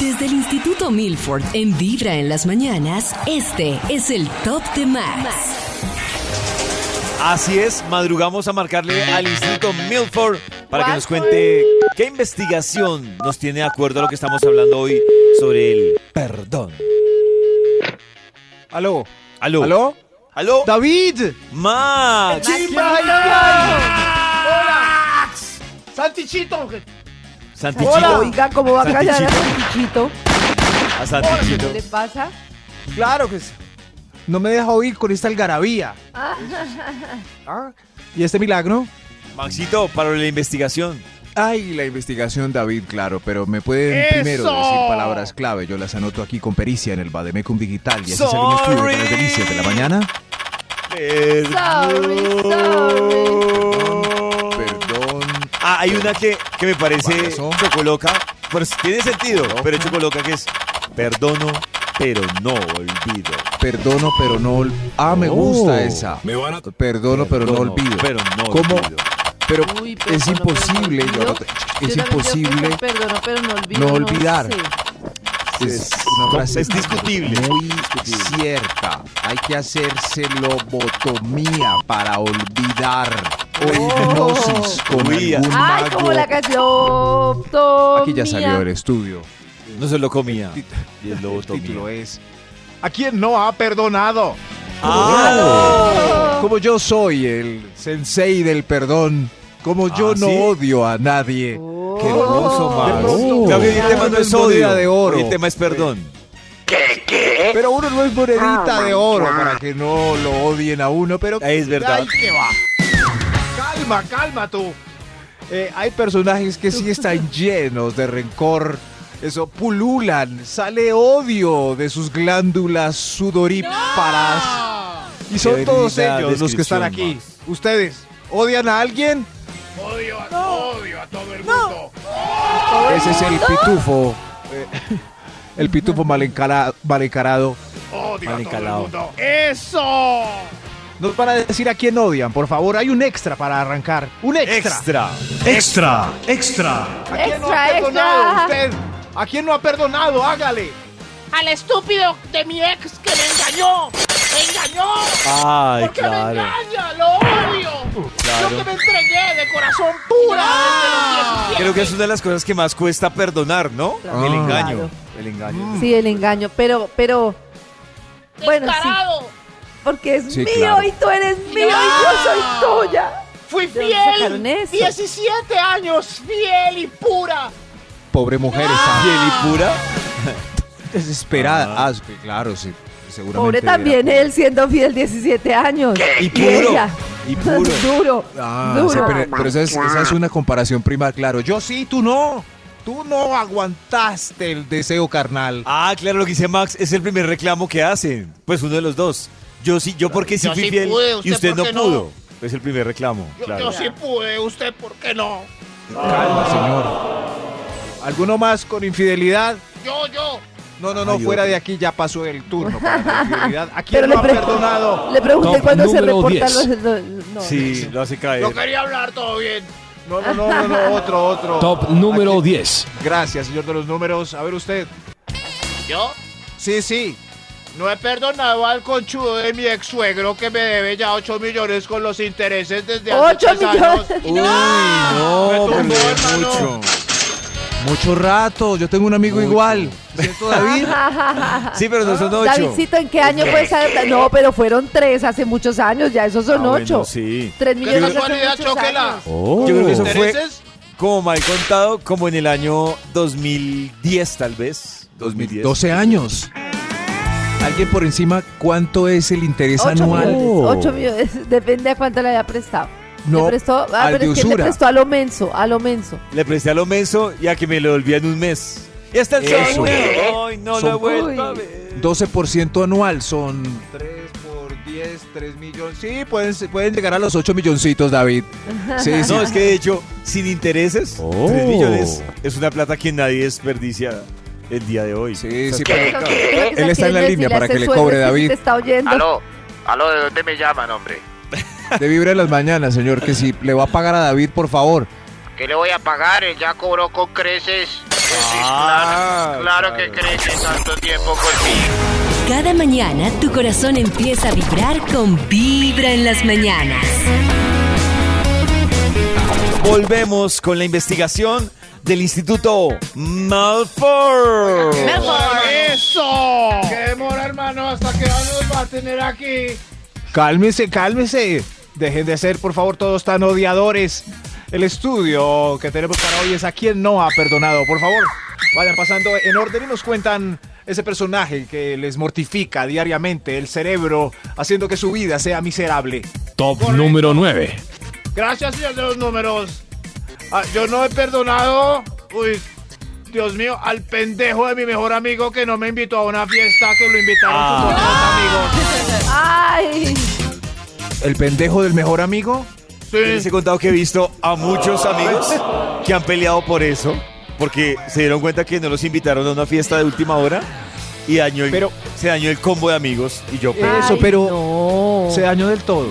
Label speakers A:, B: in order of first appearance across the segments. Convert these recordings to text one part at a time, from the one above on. A: Desde el Instituto Milford en Vibra en las mañanas, este es el Top de Max.
B: Así es, madrugamos a marcarle al Instituto Milford para que nos cuente qué investigación nos tiene de acuerdo a lo que estamos hablando hoy sobre el perdón.
C: Aló.
B: Aló.
C: ¿Aló?
B: Aló.
C: David.
B: Max.
C: Ay, Hola. Santichito.
B: Santichito.
D: Hola, oiga, ¿cómo va a callar a este
B: Santichito.
D: Santichito?
B: A Santichito.
D: ¿Qué le pasa?
C: Claro que sí. No me deja oír con esta algarabía. Ah, ¿Y este milagro?
B: Maxito, para la investigación.
E: Ay, la investigación, David, claro, pero me pueden primero decir palabras clave. Yo las anoto aquí con pericia en el Bademecum Digital y así salimos tú
B: Sorry.
E: de las delicias de la mañana.
D: Sorry, sorry.
E: Perdón.
B: Ah, hay una que, que me parece
E: Guasón.
B: chocoloca. Pero tiene sentido, pero chocoloca que es perdono, pero no olvido.
E: Perdono, pero no ol- Ah, me
B: Oh.
E: gusta esa.
F: Me van a-
E: Perdono, pero no
B: Perdono,
E: olvido.
B: Pero no
E: ¿Cómo?
B: olvido.
E: Pero
D: Uy, pero
E: es
D: no, pero
E: imposible.
D: no
E: yo
D: olvido.
E: anoté,
D: Yo
E: Es
D: también creo que
E: imposible.
D: me Perdono, pero no olvido.
E: no olvidar.
D: sé.
E: Es una frase
B: Es discutible.
E: Muy cierta. Hay que hacerse lobotomía para olvidar. O
D: Oh.
E: hipnosis con
B: Uy,
E: algún
D: Ay,
E: mago.
D: como la canción. Tom,
E: Aquí ya salió
D: mía.
E: el estudio.
B: No se lo comía.
E: Tit-
B: Y es
E: El título
B: lobotomía.
E: es
C: ¿A quién no ha perdonado?
B: Oh, ¡Ah!
E: Como yo soy el sensei del perdón, como yo
B: Ah,
E: no
B: ¿sí?
E: odio a nadie.
D: Oh.
E: Qué hermoso, Max.
B: Oh.
E: Ya
B: Gabriel, el tema no es odio.
E: de oro.
B: El tema es perdón. ¿Eh?
E: Pero uno no es monedita de oro para que no lo odien a uno, pero
B: Ah, Es verdad.
C: Ay, qué va. Calma, calma tú.
E: Eh, hay personajes que sí están llenos de rencor. Eso, pululan, sale odio de sus glándulas sudoríparas. Y son
B: Qué
E: todos
B: linda
E: ellos los que
B: descripción,
E: están aquí.
B: Max.
E: Ustedes, ¿odian a alguien?
C: Odio a, odio a todo el mundo.
E: Ese es el pitufo. eh, el pitufo mal, encara- mal encarado.
C: Odio
B: Mal encalado.
C: mundo. ¡Eso!
E: Nos van a decir a quién odian, por favor. Hay un extra para arrancar. Un extra.
B: Extra.
G: Extra, extra.
C: ¿A quién no
D: Extra,
C: ha perdonado
D: extra.
C: usted? ¿A quién no ha perdonado? Hágale.
H: al estúpido de mi ex que me engañó. Me engañó.
B: Ay,
H: ¿Por qué me
B: claro.
H: engaña? Lo odio.
B: Claro.
H: Yo que me entregué de corazón pura. desde
B: Creo
H: los 17.
B: que es una de las cosas que más cuesta perdonar, ¿no?
D: Claro.
E: Ah.
B: El engaño.
D: Claro. Mm.
B: El engaño.
D: Sí, el engaño, pero, pero, bueno, sí.
H: Descarado.
D: porque es
E: Sí,
D: mío
E: claro.
D: y tú eres mío y yo soy tuya.
H: Fui
D: ¿De dónde sacaron
H: fiel.
D: eso?
H: 17 años, fiel y pura.
E: Pobre mujer
D: Ah.
E: está
B: Fiel y pura.
E: desesperada. Ah, sí, claro, sí. Seguramente.
D: Pobre también
E: era-
D: él siendo fiel 17 años.
B: Y puro.
D: ella.
B: Y puro.
D: Duro.
E: Ah,
D: duro.
E: sí, pero, pero esa, es, esa es una comparación prima, claro. Yo sí, tú no. Tú no aguantaste el deseo carnal.
B: Ah, claro, lo que dice Max es el primer reclamo que hacen. Pues uno de los dos. Yo sí, yo porque sí
H: Yo
B: fui
H: sí
B: fiel
H: pude,
B: y
H: usted
B: usted no
H: porque no.
B: pudo. Es el primer reclamo.
H: Yo,
B: claro.
H: yo sí pude, usted, ¿por qué no?
C: Ah.
E: Calma, señor. ¿Alguno más con infidelidad?
H: Yo, yo.
E: No, no, no,
B: Ay,
E: fuera
B: otro.
E: de aquí ya pasó el turno para la infidelidad. ¿A
D: Pero
E: quién no ha
D: pre-
E: perdonado?
D: le pregunté
G: Top
D: cuándo se
G: número
D: reportan
G: 10.
D: los, los- no.
B: Sí, lo hace caer.
H: No quería hablar todo bien.
E: No, no, no, no, no, otro, otro.
G: Top número
E: Aquí-
G: 10.
E: Gracias, señor de los números. A ver usted.
H: Yo
E: Sí, sí.
H: no he perdonado al conchudo de mi ex suegro que me debe ya 8 millones con los intereses desde hace
D: Ocho
H: 8 años.
D: millones.
E: Uy, no,
H: Me tumbó,
E: pero
H: hermano.
E: mucho.
B: Ah,
E: Mucho rato. Yo tengo un amigo igual. ¿Cierto, David?
B: Sí, pero no son ocho.
D: Davidcito, ¿en qué año fue esa? No, pero fueron tres hace muchos años, ya esos son
B: Ah, bueno,
D: ocho.
B: sí.
D: Tres millones
H: Qué
D: hace
H: casualidad,
D: muchos
H: Choquela.
D: años.
E: Oh.
B: Yo creo que eso fue
H: ¿Intereses?
B: como mal contado, como en el año 2010 tal vez. 2010.
E: 12 años. Alguien por encima, ¿cuánto es el interés
D: Ocho
E: anual?
D: millones, ocho millones, depende a cuánto le haya prestado.
E: No,
D: le prestó, ah,
E: al
D: pero
E: de
D: es que le
E: usura.
D: prestó a lo menso, a lo menso.
B: Le presté a lo menso y a que me lo devolvía en un mes. Y hasta el
E: Eso.
B: sol. Ay, no lo he
E: Son-
B: vuelto a
D: Uy.
B: ver.
E: 12% anual son 3 por 10, 3 millones. Sí, pueden, se- pueden llegar a los 8 milloncitos, David. Sí, sí.
B: No, es que de hecho, sin intereses,
C: Oh.
B: 3 millones es una plata que nadie desperdicia el día de hoy.
E: Sí, sí,
D: ¿Qué?
E: pero-
D: ¿Qué es lo que
E: Él está en la
D: quieres
E: línea
D: decirle
E: para
D: a ese
E: que le
D: suegro?
E: cobre,
D: Es que sí
E: David.
D: Te está oyendo.
F: Aló, aló, ¿de dónde me llaman, hombre?
E: de vibra en las mañanas, señor, que si le va a pagar a David, por favor.
F: ¿Qué le voy a pagar? Él ya cobró con creces.
E: Ah,
F: claro, claro que creces tanto tiempo conmigo.
A: Cada mañana tu corazón empieza a vibrar con Vibra en las mañanas.
B: Volvemos con la investigación del Instituto Malfour.
H: ¡Eso! ¡Qué demora, hermano! ¿Hasta qué hora nos va a tener aquí?
C: Cálmese, cálmese. Dejen de ser, por favor, todos tan odiadores. El estudio que tenemos para hoy es a quien no ha perdonado. Por favor, vayan pasando en orden y nos cuentan ese personaje que les mortifica diariamente el cerebro, haciendo que su vida sea miserable.
G: Top número 9.
H: Gracias, señor de los números. Ah, yo no he perdonado, uy, Dios mío, al pendejo de mi mejor amigo que no me invitó a una fiesta que lo invitaron sus
C: Ah.
H: otros
D: Ay,
C: El pendejo del mejor amigo.
B: Les
H: amigos.
B: he
H: Sí.
B: contado que he visto a muchos amigos que han peleado por eso, porque se dieron cuenta que no los invitaron a una fiesta de última hora y dañó el-
C: Pero-
B: se dañó el combo de amigos y yo. pues,
C: Eso,
D: ay,
C: pero
D: no.
C: se dañó del todo.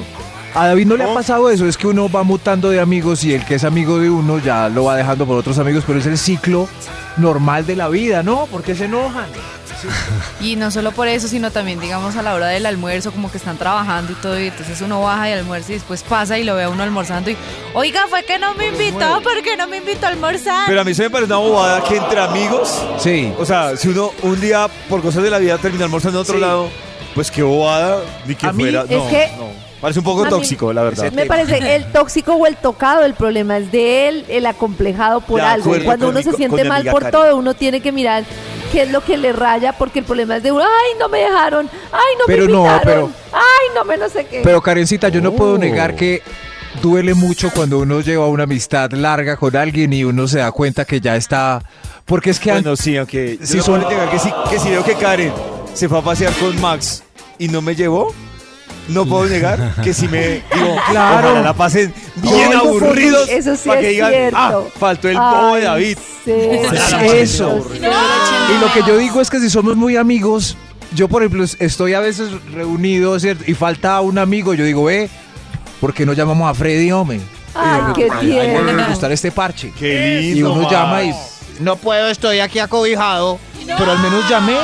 C: A David no le ha
E: pasado eso, es que uno va mutando de amigos y el que es amigo de uno ya lo va dejando por otros amigos, pero es el ciclo normal de la vida, ¿no? Porque se enojan.
I: Y no solo por eso, sino también, digamos, a la hora del almuerzo, como que están trabajando y todo, y entonces uno baja y almuerza y después pasa y lo ve a uno almorzando y, oiga, fue que no me invitó, ¿por qué no me invitó a almorzar?
B: Pero a mí se me parece una bobada que entre amigos,
E: Sí.
B: o sea, si uno un día por cosas de la vida termina almorzando en otro
C: Sí.
B: lado, pues qué bobada, ni que
C: A mí
B: fuera.
D: es
B: no,
D: que-
B: no. Parece un poco
D: A mí-
B: tóxico, la verdad.
D: Me parece el tóxico o el tocado, el problema es de él, el acomplejado por
B: De
D: algo.
B: acuerdo
D: Cuando
B: con
D: uno
B: mi-
D: se
B: con
D: siente
B: mi
D: mal
B: amiga
D: por
B: Karen.
D: todo, uno tiene que mirar qué es lo que le raya, porque el problema es de uno, ay, no me dejaron, ay, no
E: Pero
D: me
E: no,
D: invitaron,
E: pero-
D: ay, no me no sé qué.
E: Pero Karencita, yo no puedo
G: Oh.
E: negar que duele mucho cuando uno lleva una amistad larga con alguien y uno se da cuenta que ya está... Porque es que an-
B: Bueno, sí, aunque
E: Sí,
B: sí,
E: son-
B: que si, que si veo que Karen se fue a pasear con Max y no me llevó, no puedo negar que si me digo,
E: Claro.
B: ojalá la pasen bien
D: Ay,
B: aburridos
D: eso sí
B: para
D: es
B: que digan,
D: cierto.
B: ah, faltó el bobo de David.
D: Sí.
E: Eso. Y lo que yo digo es que si somos muy amigos, yo por ejemplo estoy a veces reunido, ¿cierto? Y falta un amigo, yo digo, ve, ¿por qué no llamamos a Freddy, hombre?
D: Ay,
E: Eh,
D: qué
E: a él le
D: tierno.
E: debe gustar este parche.
B: Qué
E: Y
B: lindo.
E: uno
B: Max.
E: llama y...
H: No puedo, estoy aquí acobijado.
C: Pero al menos llamé,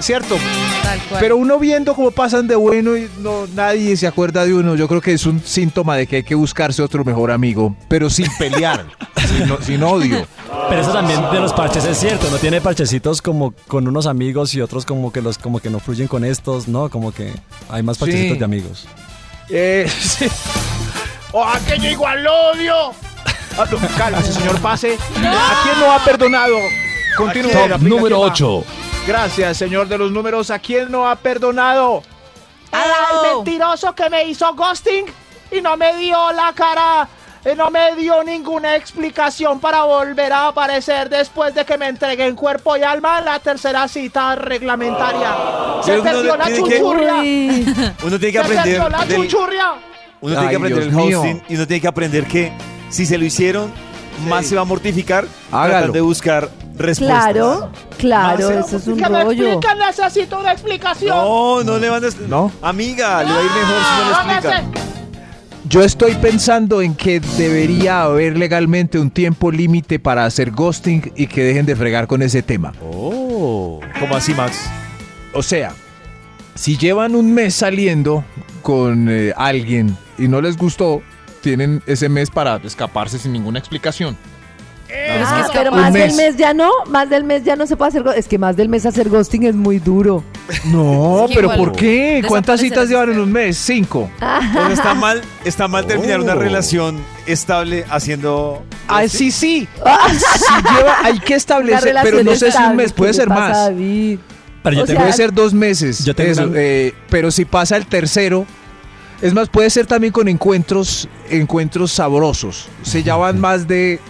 C: ¿cierto?
I: Tal cual.
E: Pero uno viendo cómo pasan de bueno y no, nadie se acuerda de uno, yo creo que es un síntoma de que hay que buscarse otro mejor amigo, pero sin pelear, sin, no- sin odio.
J: Pero eso también de los parches es cierto, no tiene parchecitos como con unos amigos y otros como que los como que no fluyen con estos, ¿no? Como que hay más parchecitos
E: Sí.
J: de amigos.
E: Eh, sí.
H: ¡Oh, que yo igual lo odio!
C: Ah, no, cálmese, señor, pase. ¿A quién no ha perdonado? Continúe.
G: Top
C: la aplicación
G: número
C: va.
G: 8.
C: Gracias, señor de los números. ¿A quién no ha perdonado?
I: ¡Aló!
H: mentiroso que me hizo ghosting y no me dio la cara. eh, No me dio ninguna explicación para volver a aparecer después de que me entregué en cuerpo y alma en la tercera cita reglamentaria. Se
B: Pero uno
H: perdió
B: le
H: la
B: tiene que-
H: chuchurria.
B: Uno tiene que
H: Se perdió
B: aprender
H: la
B: del-
H: chuchurria.
B: uno tiene que
E: Ay,
B: aprender el
E: Dios mío.
B: hosting y uno tiene que aprender que si se lo hicieron, más se va a mortificar
E: Hágalo.
B: tratar de buscar respuestas.
D: Claro, claro, eso es un
H: que me
D: rollo.
H: expliquen, necesito una explicación.
B: No, no le van a...
E: No.
B: Amiga, le va a ir mejor si no le
H: No me
B: explican.
H: sé.
E: Yo estoy pensando en que debería haber legalmente un tiempo límite para hacer ghosting y que dejen de fregar con ese tema. Oh.
B: ¿Cómo así, Max?
E: O sea, si llevan un mes saliendo con eh, alguien y no les gustó, tienen ese mes para escaparse sin ninguna explicación.
I: Pero es que
D: Ah,
I: es
D: pero
I: capaz-
D: más
E: Un
D: del
E: mes.
D: mes ya no, más del mes ya no se puede hacer go- Es que más del mes hacer ghosting es muy duro.
E: No,
I: Es que
E: pero
I: igual
E: ¿por qué? ¿Cuántas
I: desaparecer
E: citas
I: es
E: llevan en
I: feo.
E: un mes? Cinco.
B: Pero está mal, está mal terminar una
E: Oh.
B: relación estable haciendo.
E: Así Ah, sí. Si lleva, hay que
D: La
E: establecer,
D: relación
E: pero no sé si un
D: estable,
E: mes,
D: ¿qué
E: puede
D: le
E: ser
D: pasa a
E: más.
D: David?
J: Pero yo
D: O
J: tengo
D: sea,
E: Puede ser dos meses.
J: Yo tengo
E: eso,
J: una-
E: eh, pero si pasa el tercero, es más, puede ser también con encuentros, encuentros sabrosos. Se ya van más de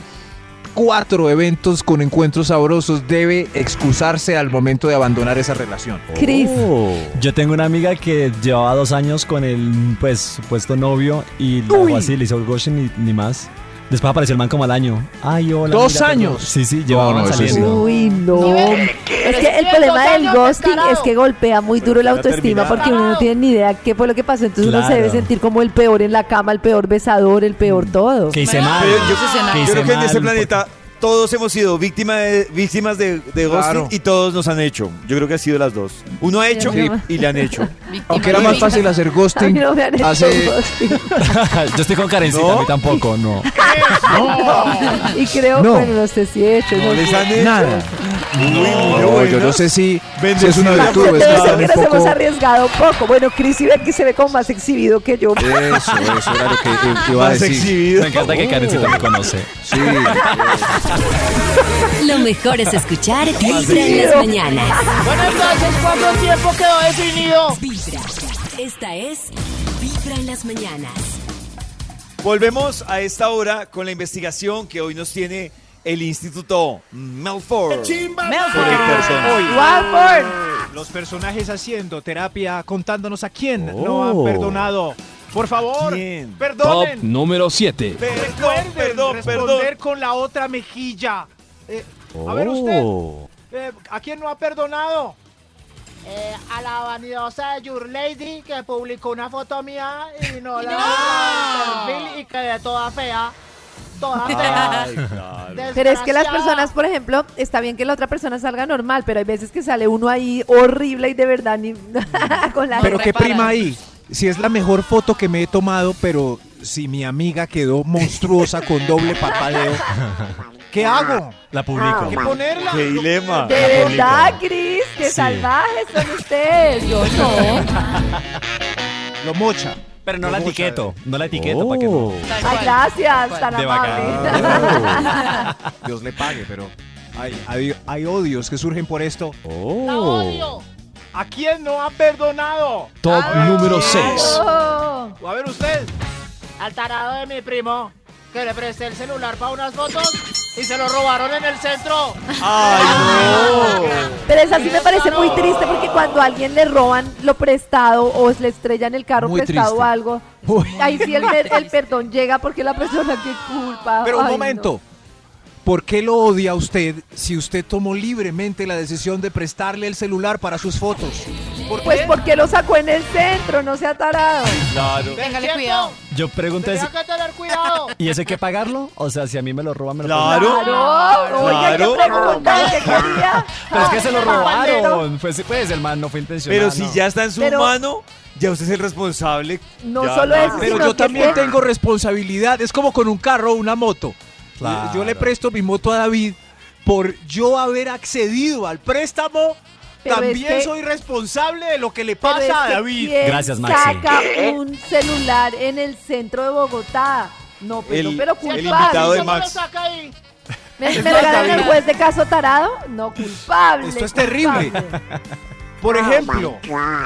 E: cuatro eventos con encuentros sabrosos debe excusarse al momento de abandonar esa relación.
D: Cris.
G: Oh.
J: Yo tengo una amiga que llevaba dos años con el pues supuesto novio y la dejó así, le hizo gosh ni, ni más. Después apareció el man como al año. Ay, hola.
E: ¿Dos
J: perdón.
E: años?
J: Sí, sí,
E: No,
J: llevaban
E: no, eso sí.
J: saliendo.
D: Uy, no. Es que el
I: Pero
D: problema
I: ya
D: del
I: lo
D: ghosting
I: descarado.
D: es que golpea muy
E: Pues
D: duro la
B: ya
D: autoestima
B: terminaron.
D: porque uno no tiene ni idea qué fue lo que pasó. Entonces uno se
J: Claro.
D: debe sentir como el peor en la cama, el peor besador, el
E: Mm.
D: peor todo.
J: Que hice mal.
B: Pero yo,
J: Que
B: yo
J: hice
B: creo que en
J: mal,
B: este planeta todos hemos sido víctima de- víctimas de, de ghosting
E: Claro.
B: y todos nos han hecho. Yo creo que ha sido las dos. Uno ha hecho
D: Sí.
B: y le han hecho.
E: Aunque era más fácil hacer
D: A mí
E: ghosting.
D: no me han hecho
E: hace-
D: ghosting.
J: yo estoy con Karencita,
B: ¿No?
J: a mí tampoco, no.
D: Y creo,
E: No.
D: bueno, no sé si he hecho.
B: No
D: no
B: les
D: sé.
B: han hecho.
E: Nada.
B: Muy
E: No, yo
B: buenas.
E: no sé si, si es
B: Bendecido.
E: una virtud.
D: Debe
E: Es que
D: ser
E: estar
D: que
E: un
D: nos hemos
E: poco.
D: arriesgado un poco. Bueno, Cris, y ve que se ve como más exhibido que yo.
E: Eso, eso era lo que eh, iba a
B: Más
E: decir.
B: exhibido.
J: Me encanta que Karencita me conoce.
E: Sí.
A: Lo mejor es escuchar Vibra en las mañanas.
H: Bueno, entonces, ¿cuánto tiempo quedó definido?
A: Vibra. Esta es Vibra en las mañanas.
B: Volvemos a esta hora con la investigación que hoy nos tiene el Instituto Melford. Sobre personas.
C: Hoy,
D: Watford.
C: los personajes haciendo terapia, contándonos a quién
D: Oh.
C: no han perdonado. Por favor,
B: ¿Quién?
G: Top
C: perdonen.
G: número 7.
C: Recuerden
B: perdón,
C: responder
B: perdón.
C: con la otra mejilla. Eh, A ver usted,
B: Oh.
C: eh, ¿a quién no ha perdonado?
H: Eh, a la vanidosa Your Lady que publicó una foto mía y no la borró del perfil y quedé toda fea. Toda fea.
D: Pero es que las
H: Desgraciada.
D: personas, por ejemplo, está bien que la otra persona salga normal, pero hay veces que sale uno ahí horrible y de verdad ni con la
E: Pero
I: No,
E: qué
I: repara.
E: prima ahí. Si es la mejor foto que me he tomado, pero si mi amiga quedó monstruosa con doble papadeo, ¿qué hago?
J: La publico.
C: ¿Qué ponerla?
B: ¡Qué dilema!
D: De verdad, Cris, que
J: Sí.
D: salvajes son ustedes. Yo no.
E: Lo mocha.
J: Pero no la
E: Mucha-
J: etiqueto, no la etiqueto para que
E: Oh.
J: no.
D: Ay, gracias, tan
J: De
D: amable.
E: Dios le pague, pero hay, Ah. hay- hay odios que surgen por esto. Oh.
H: La odio.
C: ¿A quién no ha perdonado?
G: Top
E: Ah,
G: número 6.
D: Oh.
C: A ver usted,
H: Al tarado de mi primo que le presté el celular para unas fotos y se lo robaron en el centro.
D: Pero esa sí me parece muy triste porque cuando a alguien le roban lo prestado o le estrellan el carro
E: Muy
D: prestado
E: triste.
D: o algo,
E: Uy.
D: ahí sí el, per- el perdón llega porque la persona que culpa.
E: Pero un
D: Ay, no.
E: momento. ¿Por qué lo odia usted si usted tomó libremente la decisión de prestarle el celular para sus fotos?
D: Pues porque lo sacó en el centro, no se ha tarado.
B: Claro.
I: Téngale
H: ¿Cierto?
I: cuidado.
J: Yo pregunté si-
H: Tenía que tener cuidado.
J: ¿y eso hay que pagarlo? O sea, si a mí me lo roban, me lo pagan.
B: Claro.
D: Claro, oiga,
B: Claro.
D: qué pregunta, qué quería.
J: Pero es que se lo
D: Ay, papandero.
J: robaron. Pues, sí, pues el man no fue intencional.
B: Pero si
J: no.
B: ya está en su
D: Pero-
B: mano, ya usted es el responsable.
D: No
B: Ya,
D: solo
B: no.
D: eso,
E: Pero
D: sino
E: yo
D: que este-
E: también
D: es que-
E: tengo responsabilidad. Es como con un carro o una moto. Eh,
J: Claro.
E: Yo le presto mi moto a David por yo haber accedido al préstamo.
D: Pero es
E: también
D: que-
E: soy responsable de lo que le
D: Pero
E: pasa
D: es
E: a
D: que
E: David.
D: ¿quién
J: Gracias, Maxi.
D: Saca un celular en el centro de Bogotá. No, pero,
B: El-
D: pero
B: el
D: culpable.
B: invitado de
H: ¿Cómo
B: Max.
H: lo saca ahí?
D: ¿Me, me regalan el juez de caso tarado? No, culpable.
E: Esto es terrible.
D: culpable. Ah.
E: Por ejemplo,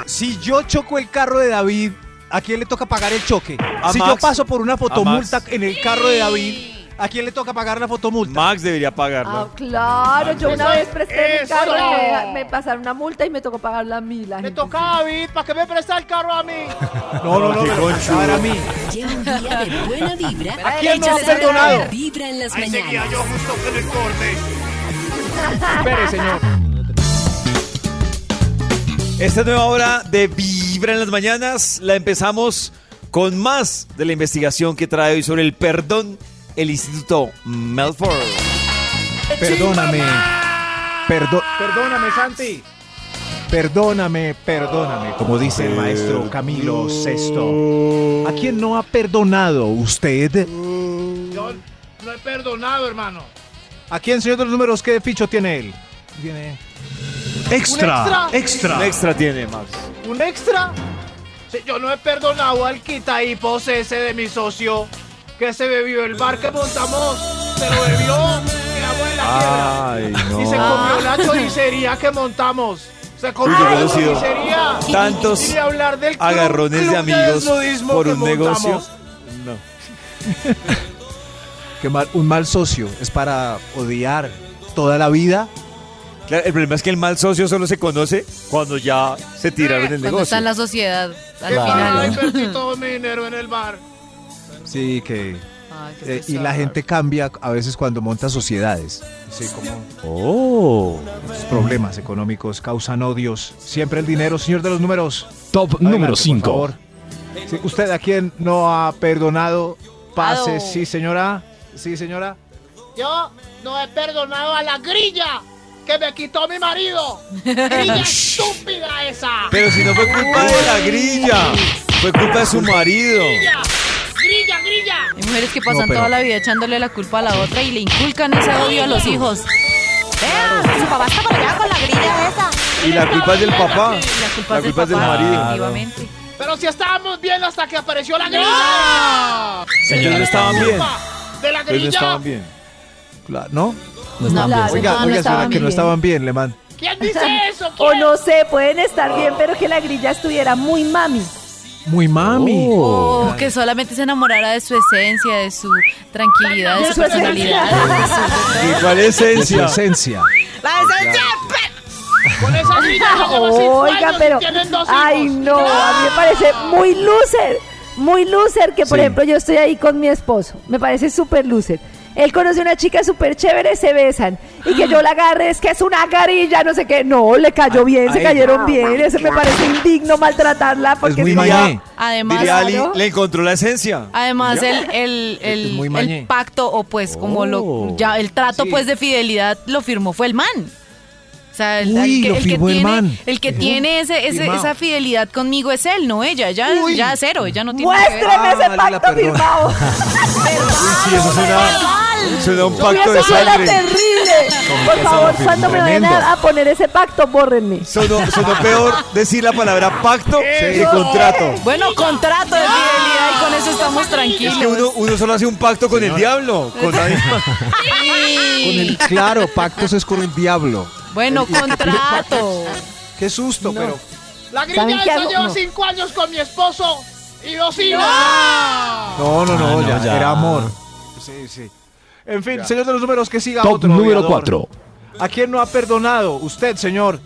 E: si yo choco el carro de David, ¿a quién le toca pagar el choque?
B: A
E: si yo
B: Max.
E: paso por una fotomulta
B: Max.
E: en el carro de David, ¿a quién le toca pagar la fotomulta?
B: Max debería
D: Ah,
B: pagarla.
D: claro, yo una vez presté mi
H: eso.
D: carro, me, me pasaron una multa y me tocó pagar la mil.
H: Le toca a David, ¿para qué me presta el carro a mí?
D: Ah,
E: No, no,
B: Qué
E: no, me lo toca
B: conchudo.
E: pagar a mí.
A: Lleva un día de buena vibra.
E: ¿A quién no ha
A: Échale la
E: perdonado?
A: Vibra en las mañanas.
C: espere, señor.
B: Esta nueva hora de Vibra en las mañanas la empezamos con más de la investigación que trae hoy sobre el perdón el Instituto Melford.
E: Perdóname. Perdo-
C: Perdóname, Santi.
E: perdóname, perdóname, como dice el maestro Camilo VI. ¿A quién no ha perdonado usted?
H: Yo no he perdonado, hermano.
E: ¿A quién, señor de los números, qué ficho tiene él? Tiene...
H: Extra,
B: Un extra tiene, Max.
H: ¿Un extra? Si yo no he perdonado al quitahipos ese de mi socio que se bebió el bar que montamos. Se lo bebió, quedamos en la
B: Ay,
H: quiebra. Y se comió la choricería que montamos. Se comió
B: Ah. Uy, yo
H: la
B: conocido
H: choricería.
B: tantos
H: Y ni hablar del club,
B: agarrones de
H: club
B: amigos
H: desnudismo
B: por
H: que
B: un negocio.
H: montamos.
B: No.
E: que mal- un mal socio es para odiar toda la vida.
B: Claro, el problema es que el mal socio solo se conoce cuando ya se tiraron el
I: Cuando
B: negocio.
I: está en la sociedad, al
J: Claro.
H: Ay,
I: final.
H: perdí todo mi dinero en el bar.
E: Sí, que...
I: Ay, qué
E: eh, y la
I: pesar.
E: gente cambia a veces cuando monta sociedades. Sí, como
B: Oh.
E: los problemas económicos causan odios. Siempre el dinero, señor de los números.
G: Top
E: Adelante,
G: número
E: por
G: 5.
E: favor. Sí, ¿Usted a quién no ha perdonado
I: Ado.
E: pases? Sí, señora. Sí, señora.
H: Yo no he perdonado a la grilla que me quitó mi marido. Grilla estúpida esa.
B: Pero si no fue culpa de la grilla, fue culpa de su marido.
H: Grilla, grilla, grilla.
I: Hay mujeres que pasan
E: No, pero-
I: toda la vida echándole la culpa a la otra y le inculcan ese odio a los hijos. Vea, su papá está por allá con la grilla esa.
B: Y la culpa es del papá.
I: Y la culpa
B: La
I: es del
B: culpa es del
I: papá,
B: marido.
I: definitivamente.
H: Pero si estábamos bien hasta que apareció la grilla.
B: Ellos no estaban bien.
H: De la
B: Ellos no
H: grilla.
B: estaban bien.
E: Cla- ¿No?
J: No están
D: Claro.
J: bien.
E: Oiga,
D: no,
E: oiga,
D: no
E: señora,
D: estaban
E: que no
D: bien.
E: estaban bien, Le man.
H: ¿Quién dice eso?
D: O
H: ¿Quién?
D: Oh, no sé, pueden estar bien, pero que la grilla estuviera muy mami.
E: Muy mami.
I: O que solamente se enamorara de su esencia, de su
A: Ah,
I: tranquilidad, de
D: De
I: su
D: su esencia.
I: personalidad. de
B: ¿Y cuál
E: De su
B: esencia?
E: esencia.
I: su- La esencia.
H: Con esa grilla que lleva cinco
D: Oiga,
H: años y
D: pero.
H: tienen dos
D: Ay,
H: hijos.
D: no, a mí me parece muy loser. Muy loser, que por
E: Sí.
D: ejemplo yo estoy ahí con mi esposo. Me parece súper loser. Él conoce a una chica súper chévere, se besan. Y que yo la agarre, es que es una garilla, no sé qué. No, le cayó bien, se
E: ahí.
D: cayeron bien. Eso me parece indigno maltratarla porque
E: muy
D: si no-
E: mañé.
I: Además,
B: Diría Ali,
D: Claro.
B: le encontró la esencia.
I: Además, el, el, el-
E: Es muy
I: el
E: mañé.
I: pacto o pues como
E: Oh.
I: lo ya el trato pues de fidelidad lo firmó fue el man. O sea, el,
E: Uy,
I: el que,
E: lo
I: el que
E: firmó el
I: tiene,
E: man.
I: el que tiene ese, ese-
E: Firmado.
I: esa fidelidad conmigo es él, no ella. Ya, ya cero, ella no tiene nada que ver.
D: Muéstreme
E: Ah,
D: ese
E: Mariela,
D: pacto
E: perdón.
D: firmado.
B: Sí, eso suena, suena a un pacto de
D: Eso suena
B: sangre.
D: terrible. Por favor, cuando me vayan
E: Tremendo.
D: a, a poner ese pacto, bórrenme.
B: Sonó, sonó peor decir la palabra pacto que contrato.
I: Bueno, contrato de fidelidad y con eso estamos
B: Es que
I: tranquilos.
B: uno, uno solo hace un pacto con el diablo. Con nadie más.
E: Con el, claro, pactos es con el diablo.
I: Bueno, contrato.
E: Qué susto, pero.
H: La
D: ¿Saben
H: grilla
D: qué
H: esa
D: hago?
H: lleva
D: No.
H: cinco años con mi esposo y dos hijos.
E: No, no, no,
J: Ah, no,
E: ya,
J: ya.
E: Era amor.
C: Sí, sí. En fin, señor de los números, que siga
G: Top
C: otro
G: número
C: aviador.
G: 4.
C: ¿A quién no ha perdonado? Usted, señor.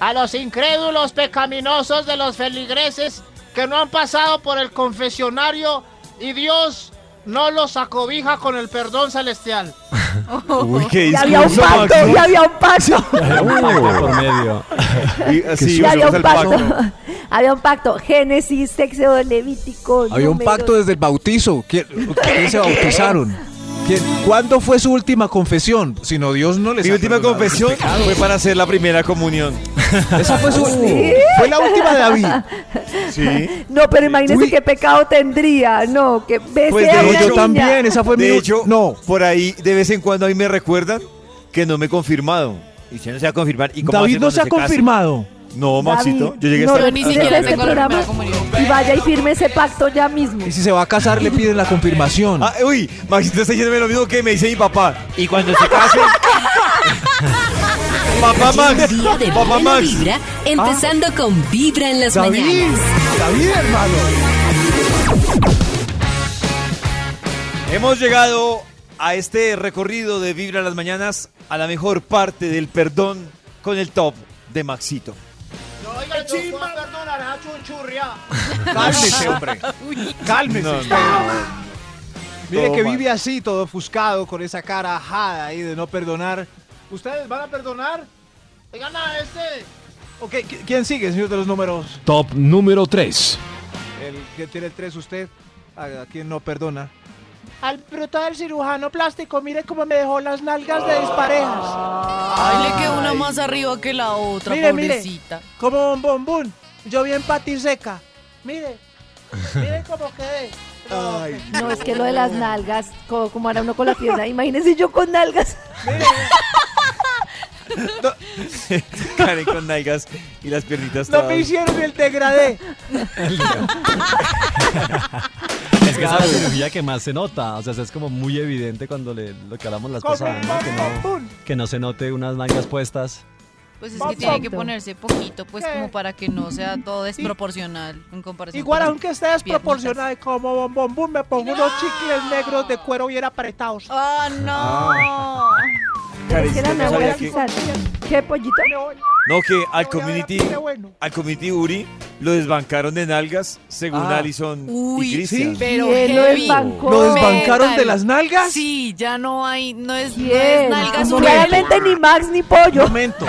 H: A los incrédulos pecaminosos de los feligreses que no han pasado por el confesionario y Dios no los acobija con el perdón celestial.
B: Uy, qué
D: Ya había un
B: discurso,
D: pacto,
B: Maxi.
D: ya había un pacto.
J: Por medio.
B: Y así
D: Ya
B: usamos
D: había un
B: el pacto.
D: pacto. había un pacto. Génesis, sexo, levítico.
E: Había un
D: Números.
E: pacto desde el bautizo. ¿Quién, quién se bautizaron? ¿Quién- ¿Cuándo fue su última confesión? Si no, Dios no les
B: Mi
E: ha
B: última
E: perdonado sus
B: confesión
E: pecados.
B: fue para hacer la primera comunión.
E: Esa fue
I: Pues,
E: su. Oh. Fue la última de David.
B: Sí.
D: No, pero imagínese
E: Uy.
D: qué pecado tendría. No, que besé
B: Pues, de
D: a
E: No,
D: una
B: hecho,
E: yo
D: niña.
E: también. Esa
C: Ah,
E: fue mi.
B: De hecho,
E: no.
B: por ahí de vez en cuando a mí me recuerdan que no me he confirmado. Y si no se va a confirmar. ¿y cómo
E: David
B: hacen
E: no se ha
B: cuando case?
E: confirmado.
B: No, Maxito.
D: David,
B: Yo llegué
D: no
B: hasta-
I: Yo ni
D: repites
B: hasta
I: siquiera
B: la
D: este
I: tengo
B: primera.
I: la
D: programa
I: comunión.
D: Y vaya y firme ese pacto ya mismo.
E: Y si se va a casar, le piden la confirmación.
B: Ah, uy, Maxito está diciéndome lo mismo que me dice mi papá. Y cuando se case. papá
A: Un
B: Max.
A: día de
B: Papá
A: buena
B: Max.
A: vibra, empezando con Vibra en las
E: David.
A: mañanas.
E: David, hermano.
B: Hemos llegado a este recorrido de Vibra en las mañanas a la mejor parte del perdón con el top de Maxito.
H: Oiga, yo puedo perdonar a Chunchurria.
C: Cálmese, hombre. Cálmese.
B: No, no,
C: usted. Mire
B: Todo
C: que
B: mal.
C: vive así, todo ofuscado, con esa cara ajada ahí de no perdonar. ¿Ustedes van a perdonar?
H: Oigan a este.
C: Ok, ¿qui- ¿quién sigue, señor de los números?
G: Top número 3.
C: El que tiene el 3 usted, a, a quien no perdona.
H: Al bruto del cirujano plástico, mire cómo me dejó las nalgas de disparejas.
I: Ay, le quedó una más arriba que la otra,
H: Mire, mire.
I: pobrecita.
H: Como un bombón. Yo bien patiseca. Mire. Mire cómo quedé. No,
D: No, es que lo de las nalgas, como, como hará uno con la pierna. Imagínese yo con nalgas.
B: Karen con nalgas y las piernitas
H: no
B: todas.
H: me hicieron el degradé.
J: Es que esa es la cirugía que más se nota. O sea, es como muy evidente cuando le, lo que hablamos las
H: Como
J: pasadas,
H: un
J: ¿no? Que,
H: bombón.
J: ¿no? que no se note unas mangas puestas.
I: Pues es que tiene que ponerse poquito, pues como para que no sea todo desproporcional en comparación.
H: Igual
I: con
H: aunque esté desproporcionada y como bombón boom, me pongo unos chicles negros de cuero bien apretados.
I: ¡Oh, no!
D: Pero es que la
B: Karencita,
D: Nahua
B: ¿sabía
D: era
B: que-
D: sisal. ¿Qué pollito?
H: Me voy.
B: No, que
H: voy
B: al
H: a
B: community,
H: ver a Pire Bueno.
B: al community Uri lo desbancaron de nalgas, según
E: Ah.
B: Alison
I: Uy,
B: y Cristian.
E: sí.
I: Pero
D: y él lo
I: heavy.
D: desbancó.
E: ¿Lo desbancaron de
I: Metal.
E: las nalgas?
I: Sí, ya no hay, no es, no es
D: Bien.
I: nalgas
D: Como
I: Uriel.
D: Claramente ni Max ni pollo.
E: Momento.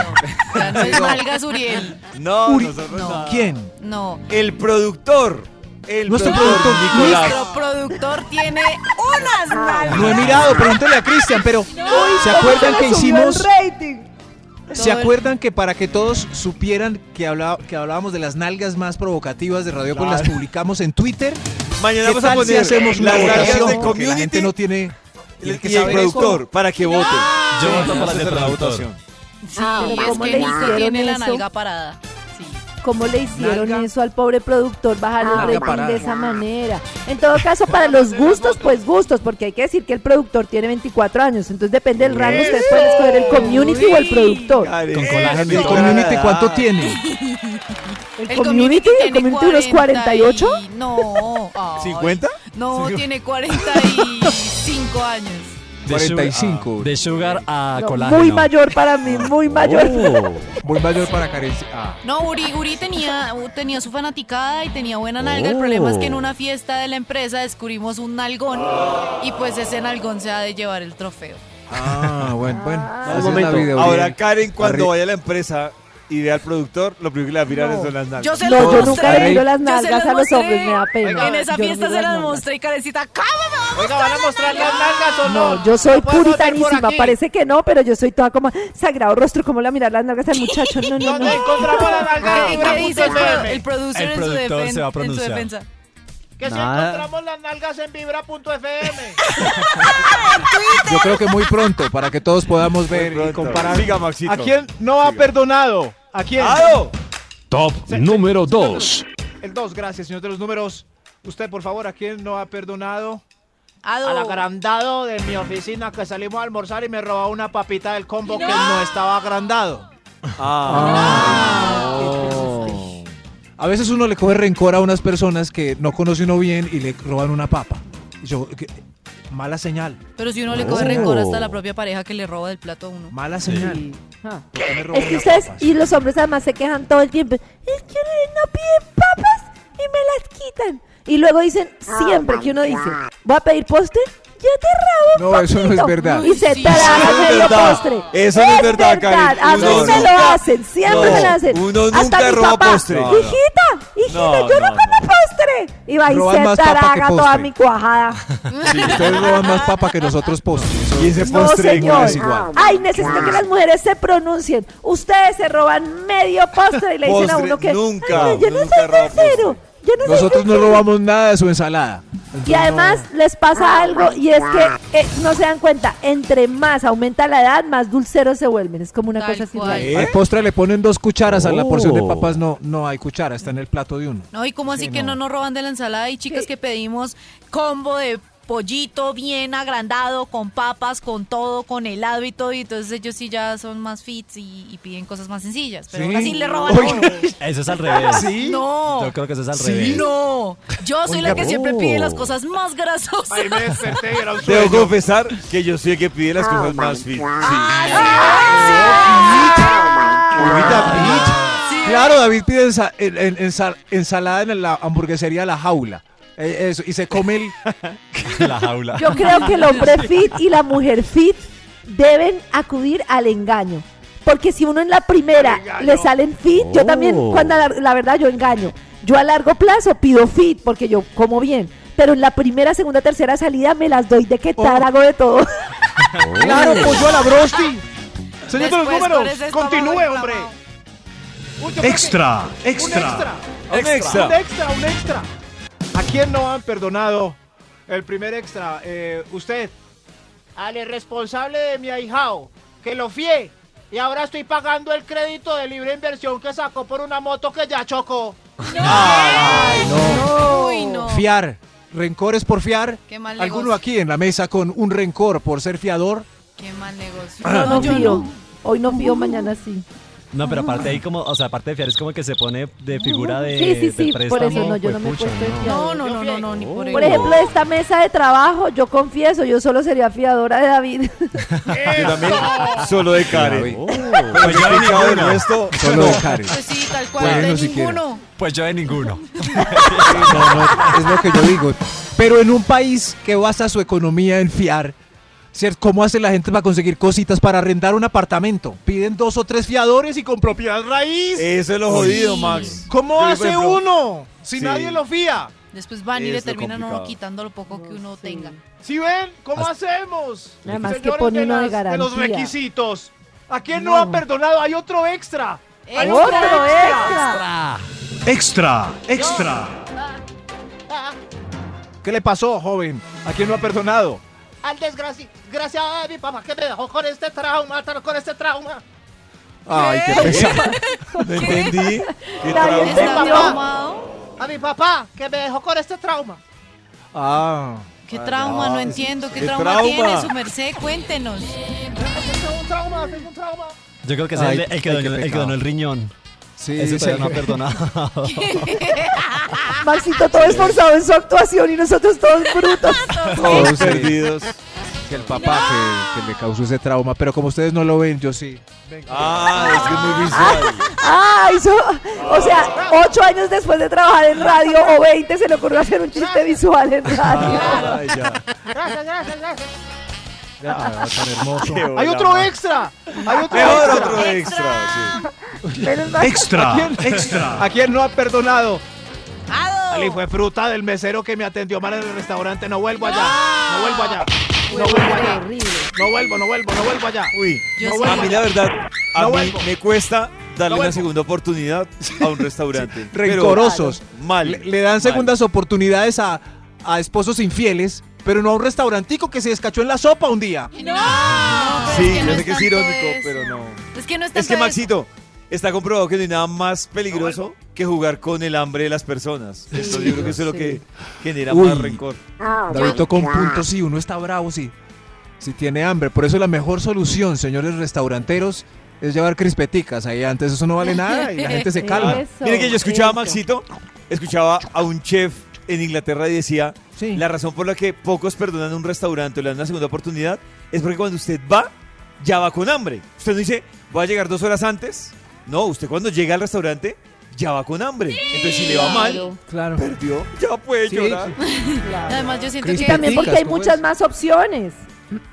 I: Ya no es nalgas Uriel.
B: No,
E: Uri-
B: nosotros
I: No.
B: no.
E: ¿Quién?
I: No.
B: El productor. El
E: Nuestro
B: productor
E: productor.
B: Nicolás.
I: Nuestro productor tiene unas nalgas.
E: No he mirado, pregúntele a Cristian, pero ¿se acuerdan que hicimos? ¿Se
I: Todo el-
E: acuerdan que para que todos supieran que, hablaba- que hablábamos de las nalgas más provocativas de Radio Pol, las publicamos en Twitter?
B: Mañana
E: ¿Qué
B: vamos a
E: tal si
B: poner
E: hacemos una
B: las nalgas
E: votación?
B: de
E: Porque la
B: community
E: gente no tiene...
B: y el,
E: tiene que saber eso.
B: productor para que vote.
J: Yo voto por las del productor.
I: Sí,
D: Pero
I: ah, es
D: ¿cómo
I: que
D: le
I: Nico
D: hicieron
I: tiene la
D: eso?
I: nalga parada. Sí.
D: ¿Cómo le hicieron
E: Nalga.
D: eso al pobre productor bajar
I: Ah,
E: Nalga
D: el rating
E: parada.
D: de esa manera? En todo caso, para los gustos, pues gustos, porque hay que decir que el productor tiene 24 años, entonces depende del rango, ustedes pueden escoger el community o el productor.
B: Karen, Eh,
J: Con colágeno
E: ¿Y
J: y
E: el
J: todo.
E: community
B: Ah.
E: cuánto tiene?
D: ¿El, community? ¿El
I: tiene
D: community unos 48?
I: 40 y- No. ay,
B: ¿50?
I: No, tiene 45 años.
J: De
E: 45.
J: sugar- De sugar a
D: No,
J: colágeno.
D: muy mayor para mí, muy mayor.
E: Oh.
G: Ah.
E: Voy mayor para carencia. Ah.
I: No, Uri, Uri tenía, tenía su fanaticada y tenía buena nalga. El problema es que en
F: Oh.
I: una fiesta de la empresa descubrimos un nalgón y pues ese nalgón se ha de llevar el trofeo.
E: Ah, bueno, bueno. Así
B: Un
E: es la
B: momento.
E: vida,
B: Ahora
E: Uriel.
B: Karen, cuando
E: Arri-
B: vaya a la empresa y vea al productor, lo primero que le va a mirar
D: No.
B: es son las nalgas.
I: Yo se
D: No,
I: los
D: yo
I: mostré.
D: nunca
E: Ey,
D: le miro las
I: yo se
D: nalgas a los
I: mostré.
D: hombres, me da pena.
I: En esa
D: Yo no
I: fiesta
D: miro
I: se
D: las
I: las
D: nalgas.
I: mostré y Karencita, ¿cómo me va a
H: Oiga, ¿van a mostrar las nalgas o no?
D: No, yo soy
H: ¿No podemos ver por
D: puritanísima,
H: aquí?
D: parece que no, pero yo soy toda como sagrado rostro, como la mirar las nalgas al muchacho. No, no,
H: ¿Dónde
D: no.
H: encontramos las nalgas?
I: ¿Qué,
H: Libra
I: qué dice
H: Ah,
I: el,
H: punto
I: pro-
H: FM?
I: el producer,
J: El
I: en, su
J: productor
I: defen-
J: se va a
I: en su
J: pronunciar.
I: defensa?
H: Que si
J: Nada.
H: encontramos las nalgas en vibra.fm.
E: Yo creo que muy pronto, para que todos podamos ver y
B: Pronto.
E: comparar.
B: Siga, Maxito.
C: ¿A quién no ha perdonado? ¿A quién?
B: ¡Ado!
G: Top número 2.
C: El 2, gracias, señor de los números. Usted, por favor, ¿a quién no ha perdonado?
I: Ado.
H: Al agrandado de mi oficina que salimos a almorzar y me robó una papita del combo que no estaba agrandado.
B: Ah,
E: A veces uno le coge rencor a unas personas que no conoce uno bien y le roban una papa. Yo, que- mala señal,
I: Pero si uno le coge
J: Oh.
I: rencor hasta la propia pareja que le roba del plato a uno.
E: mala señal.
D: Ah.
E: ¿Por qué me robó
D: Es que
E: una
D: ustedes
E: papa?
D: y los hombres además se quejan todo el tiempo. Es que no piden papas y me las quitan. Y luego dicen
B: Ah,
D: siempre que uno dice, voy a pedir postre, yo te rabo. un
E: No, eso no es
D: poquito".
E: verdad.
D: Y se
I: Sí,
D: traga
B: eso no es
D: medio
B: verdad.
D: postre.
B: Eso no es verdad, Karen.
D: A mí
B: Uno
D: me lo
B: nunca-
D: hacen, siempre
B: no,
D: me lo hacen.
B: uno
D: Hasta
B: nunca
D: mi
B: roba
D: papá,
B: postre. No, no.
D: Hijita, hijita,
B: No,
D: yo no,
B: no,
D: como postre. Y va y
E: Roban
D: se
E: más papa que
D: traga toda
E: postre.
D: mi cuajada.
E: Sí, ustedes roban más papa que nosotros postres. Eso-
B: Y ese
D: No,
B: postre
D: señor.
E: es igual.
D: Ay, necesito que las mujeres se pronuncien. Ustedes se roban medio postre y le dicen a
B: Postre,
D: uno que.
B: nunca,
D: "Ay, no, yo no
B: nunca
D: soy
B: roba
D: tercero. Yo no soy
E: Nosotros no
D: tercero".
E: robamos nada de su ensalada.
D: Y además les pasa algo y es que eh, no se dan cuenta. Entre más aumenta la edad, más dulceros se vuelven. Es como una
I: Tal
D: cosa así.
I: cual.
D: rara.
B: ¿Eh?
E: Al postre le ponen dos cucharas, a la
J: Oh.
E: porción de papas no, no hay cuchara, está en el plato de uno.
I: No, y cómo así que no. nos roban de la ensalada y chicas que pedimos combo de pollito bien agrandado, con papas, con todo, con helado y todo, y entonces ellos sí ya son más fits y, y piden cosas más sencillas, pero aún así le roban todo.
J: Eso es al revés.
I: No.
J: Yo creo que eso es al revés.
I: No, yo soy la que siempre
J: oh.
I: pide las cosas más grasosas.
C: Ahí me desperté y era un
B: Debo
C: sueño.
B: confesar que yo soy el que pide las cosas más fit.
I: Ah. Sí.
E: Claro, David pide ensa- en- en- ensa- ensalada en la hamburguesería La Jaula. Eh, eso, y se come el...
J: La jaula.
D: Yo creo que el hombre fit y la mujer fit deben acudir al engaño. Porque si uno en la primera le salen fit, yo también,
J: Oh.
D: cuando la, la verdad yo engaño. Yo a largo plazo pido fit porque yo como bien. Pero en la primera, segunda, tercera salida me las doy de que
E: Oh.
D: tal, hago de todo.
C: Claro, pollo a la brosti. Señor de los
I: Después, por
C: números,
I: ese estómago
C: continúe, hombre.
I: inflamado.
C: Uy, yo creo que-
G: Extra, extra.
C: Un
B: Un extra.
C: extra. Un extra, un extra. ¿A quién no han perdonado? El primer extra, eh, usted.
H: Al irresponsable de mi ahijao, que lo fié. Y ahora estoy pagando el crédito de libre inversión que sacó por una moto que ya chocó.
I: Uy, no.
E: Fiar. Rencores por fiar.
I: Qué mal
E: ¿Alguno
I: negocio.
E: aquí en la mesa con un rencor por ser fiador?
I: Qué mal negocio.
D: No, no fío. Hoy no fío, mañana sí.
J: No, pero aparte ahí como, o sea, aparte de fiar es como que se pone de figura de
D: Ah. Sí, sí,
J: de
D: sí, por
J: préstamo,
D: eso no, yo no me he
J: juepucha,
D: puesto de
J: ¿no?
D: fiadora.
I: No, no, no, no, no, ni por
D: Por
I: el-
D: ejemplo, esta mesa de trabajo, yo confieso, yo solo sería fiadora de David.
B: Yo también, solo de Karen.
E: Oh.
B: Pero yo de
E: Pecado del
B: ninguna.
E: resto, solo de Karen.
I: Pues sí, tal cual,
E: Bueno,
I: de
E: siquiera.
I: ninguno.
J: Pues yo de ninguno.
E: No, no, es lo que yo digo. Pero en un país que basa su economía en fiar, ¿cierto? ¿cómo hace la gente para conseguir cositas para arrendar un apartamento? Piden dos o tres fiadores y con propiedad raíz.
B: Eso es lo jodido, Max.
H: ¿Cómo
B: Yo, por
H: hace
B: ejemplo,
H: uno si
B: sí.
H: nadie lo fía?
I: Después van y
B: Es
I: le
B: lo
I: terminan a uno
B: complicado.
I: quitando lo poco que uno tenga.
H: Si ven? ¿Cómo hacemos?
D: Nada más que
H: Señores,
D: pone uno de
H: las- los
D: garantía.
H: requisitos. ¿A quién no, han perdonado? Hay otro extra. Hay
D: ¡Otro
H: otro extra.
D: extra!
G: Extra, extra.
E: ¿Qué le pasó, joven? ¿A quién no ha perdonado?
H: Al desgraciado de mi papá que me dejó con este trauma, tra- con este trauma.
E: Ay, qué pesar.
B: No entendí. Qué
D: Nadie
B: trauma.
I: ¿Está
H: papá.
I: traumado?
H: A mi papá que me dejó con este trauma.
E: Ah.
I: ¿Qué trauma? No entiendo. ¿Qué
B: qué
I: trauma
B: trauma.
I: tiene su merced? Cuéntenos.
H: Tengo un trauma, tengo un trauma.
J: Yo creo que es el,
E: Ay,
J: el que
E: ay,
J: donó,
E: qué
J: el que
E: pecado.
J: donó el riñón.
E: Sí,
J: Ese todavía
E: sí.
J: no ha perdonado.
D: Maxito todo esforzado en su actuación y nosotros todos brutos.
E: Oh, sí.
B: Perdidos.
E: Que el papá que, que le causó ese trauma. Pero como ustedes no lo ven, yo sí.
B: Ah, es que es muy visual.
D: Ah, hizo, o sea, ocho años después de trabajar en radio o 20 se le ocurrió hacer un chiste visual en radio.
B: Ay, ya.
H: Gracias, gracias, gracias.
E: Ah, tan hermoso.
B: Qué
H: Hay
B: bola,
H: otro
B: Max.
H: extra. Hay otro
B: Mejor
H: extra.
B: otro extra. sí.
D: Menos mal.
G: Extra, extra.
C: ¿A quién no ha perdonado?
I: ¡Ado!
C: Ali fue fruta del mesero que me atendió mal en el restaurante. No vuelvo allá. No vuelvo allá. No vuelvo allá. No vuelvo, no vuelvo, no vuelvo allá.
B: Uy,
I: Yo
B: a
I: sí.
B: mí la verdad, a
C: No
B: mí
C: vuelvo.
B: me cuesta darle
C: No
B: una
C: vuelvo.
B: segunda oportunidad a un restaurante. Pero
E: Rencorosos.
B: Mal.
E: Le, le dan
B: mal.
E: segundas oportunidades a, a esposos infieles, pero no a un restaurantico que se descachó en la sopa un día.
I: ¡No! No, pero
B: Sí,
I: es que
B: yo
I: no
B: sé que es
I: tanto
B: irónico,
I: eso.
B: pero no.
I: Es que no es tanto
B: Es que
I: eso.
B: Maxito, está comprobado que no hay nada más peligroso que jugar con el hambre de las personas. Entonces yo creo que eso es lo que genera
E: Uy.
B: más rencor.
E: David tocó un punto, sí, uno está bravo, sí. Si tiene hambre. Por eso la mejor solución, señores restauranteros, es llevar crispeticas ahí antes. Eso no vale nada y la gente se calma.
D: Eso,
B: Mire que yo escuchaba a
D: eso.
B: Maxito, escuchaba a un chef en Inglaterra y decía,
E: Sí.
B: la razón por la que pocos perdonan un restaurante o le dan una segunda oportunidad es porque cuando usted va, ya va con hambre. Usted no dice, voy a llegar dos horas antes. No, usted cuando llega al restaurante, ya va con hambre. Entonces si le va mal,
E: Claro.
B: perdió, ya puede
E: Sí,
B: llorar.
I: Además, yo siento
E: Cristo.
D: Y
I: que...
D: también porque hay
E: ¿cómo
D: muchas
E: es?
D: más opciones.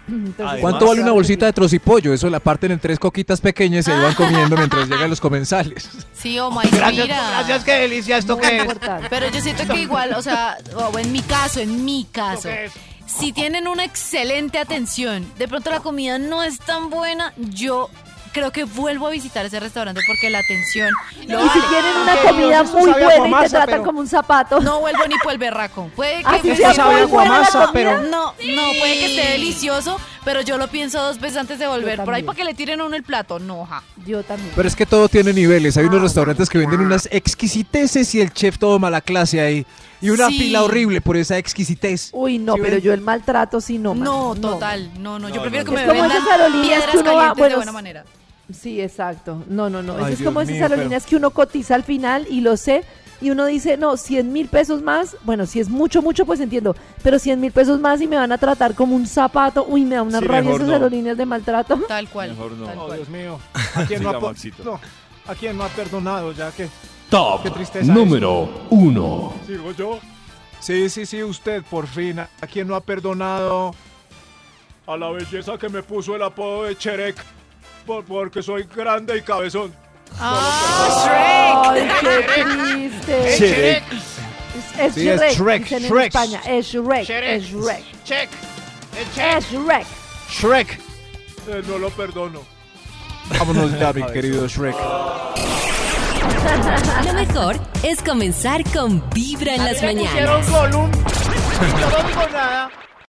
D: Entonces,
E: ¿Cuánto vale una bolsita de trocipollo? Eso la parten en tres coquitas pequeñas y se van comiendo mientras llegan los comensales.
I: Sí, oh my,
H: Gracias,
I: mira.
H: gracias, qué delicia esto que es.
D: importante.
I: Pues, Pero yo siento que igual, o sea, o en mi caso, en mi caso,
H: ¿Qué es?
I: si tienen una excelente atención, de pronto la comida no es tan buena, yo creo que vuelvo a visitar ese restaurante porque la atención lo
D: Y si
I: vale.
D: tienen una
H: Aunque
D: comida
H: Dios, eso
D: muy
H: sabe a
D: buena y te
H: guamasa,
D: tratan
H: pero-
D: como un zapato.
I: No vuelvo ni por el berraco. Puede que
D: Así
I: me
D: sea
I: sepa
D: muy
I: algo.
D: buena la comida.
I: pero no, no, puede que esté delicioso, pero yo lo pienso dos veces antes de volver por ahí
D: también.
I: para que le tiren a uno el plato. No, ja.
D: Yo también.
E: Pero es que todo tiene niveles.
I: Ah,
E: Hay unos restaurantes que venden unas exquisiteces y el chef todo mala clase ahí. Y una
I: Sí.
E: fila horrible por esa exquisitez.
D: Uy, no, pero yo el maltrato sí no. man,
I: No, total, no, no, yo prefiero
D: no.
I: que
D: Es
I: me
D: como
I: vendan
D: esas aerolíneas
I: piedras
D: que uno va-
I: calientes de
D: bueno,
I: buena manera.
D: Sí, exacto. No, no, no.
E: Ay,
D: Eso es
E: Dios
D: como esas
E: mío, pero-
D: aerolíneas que uno cotiza al final y lo sé. Y uno dice, no, 100 mil pesos más. Bueno, si es mucho, mucho, pues entiendo. Pero 100 mil pesos más y me van a tratar como un zapato. Uy, me da una
B: Sí,
D: rabia
B: mejor
D: esas
B: no.
D: aerolíneas de maltrato.
I: Tal cual.
B: Mejor no.
I: tal
C: Oh,
I: cual.
C: Dios mío. ¿A quién, no
B: Siga,
C: ha, po-
B: Maxito.
C: no, ¿A quién no ha perdonado ya que
G: Top
C: Qué tristeza
G: número uno.
C: sigo yo? Sí, sí, sí, usted por fin. ¿A a quién no ha perdonado? A la belleza que me puso el apodo de Cherek. por- porque soy grande y cabezón.
I: ¡Ah,
D: Ay, qué triste.
B: Shrek.
D: Es, es
C: Sí, es
D: Shrek,
C: Shrek,
D: dicen en
C: Shrek.
D: España. Es Shrek, es Shrek.
H: Check. El check.
D: Es Shrek.
C: Shrek. Eh, no lo perdono.
E: Vámonos ya, mi querido Shrek.
A: Lo mejor es comenzar con Vibra en las
H: Me
A: mañanas.
H: pusieron Gollum. y Yo no digo nada.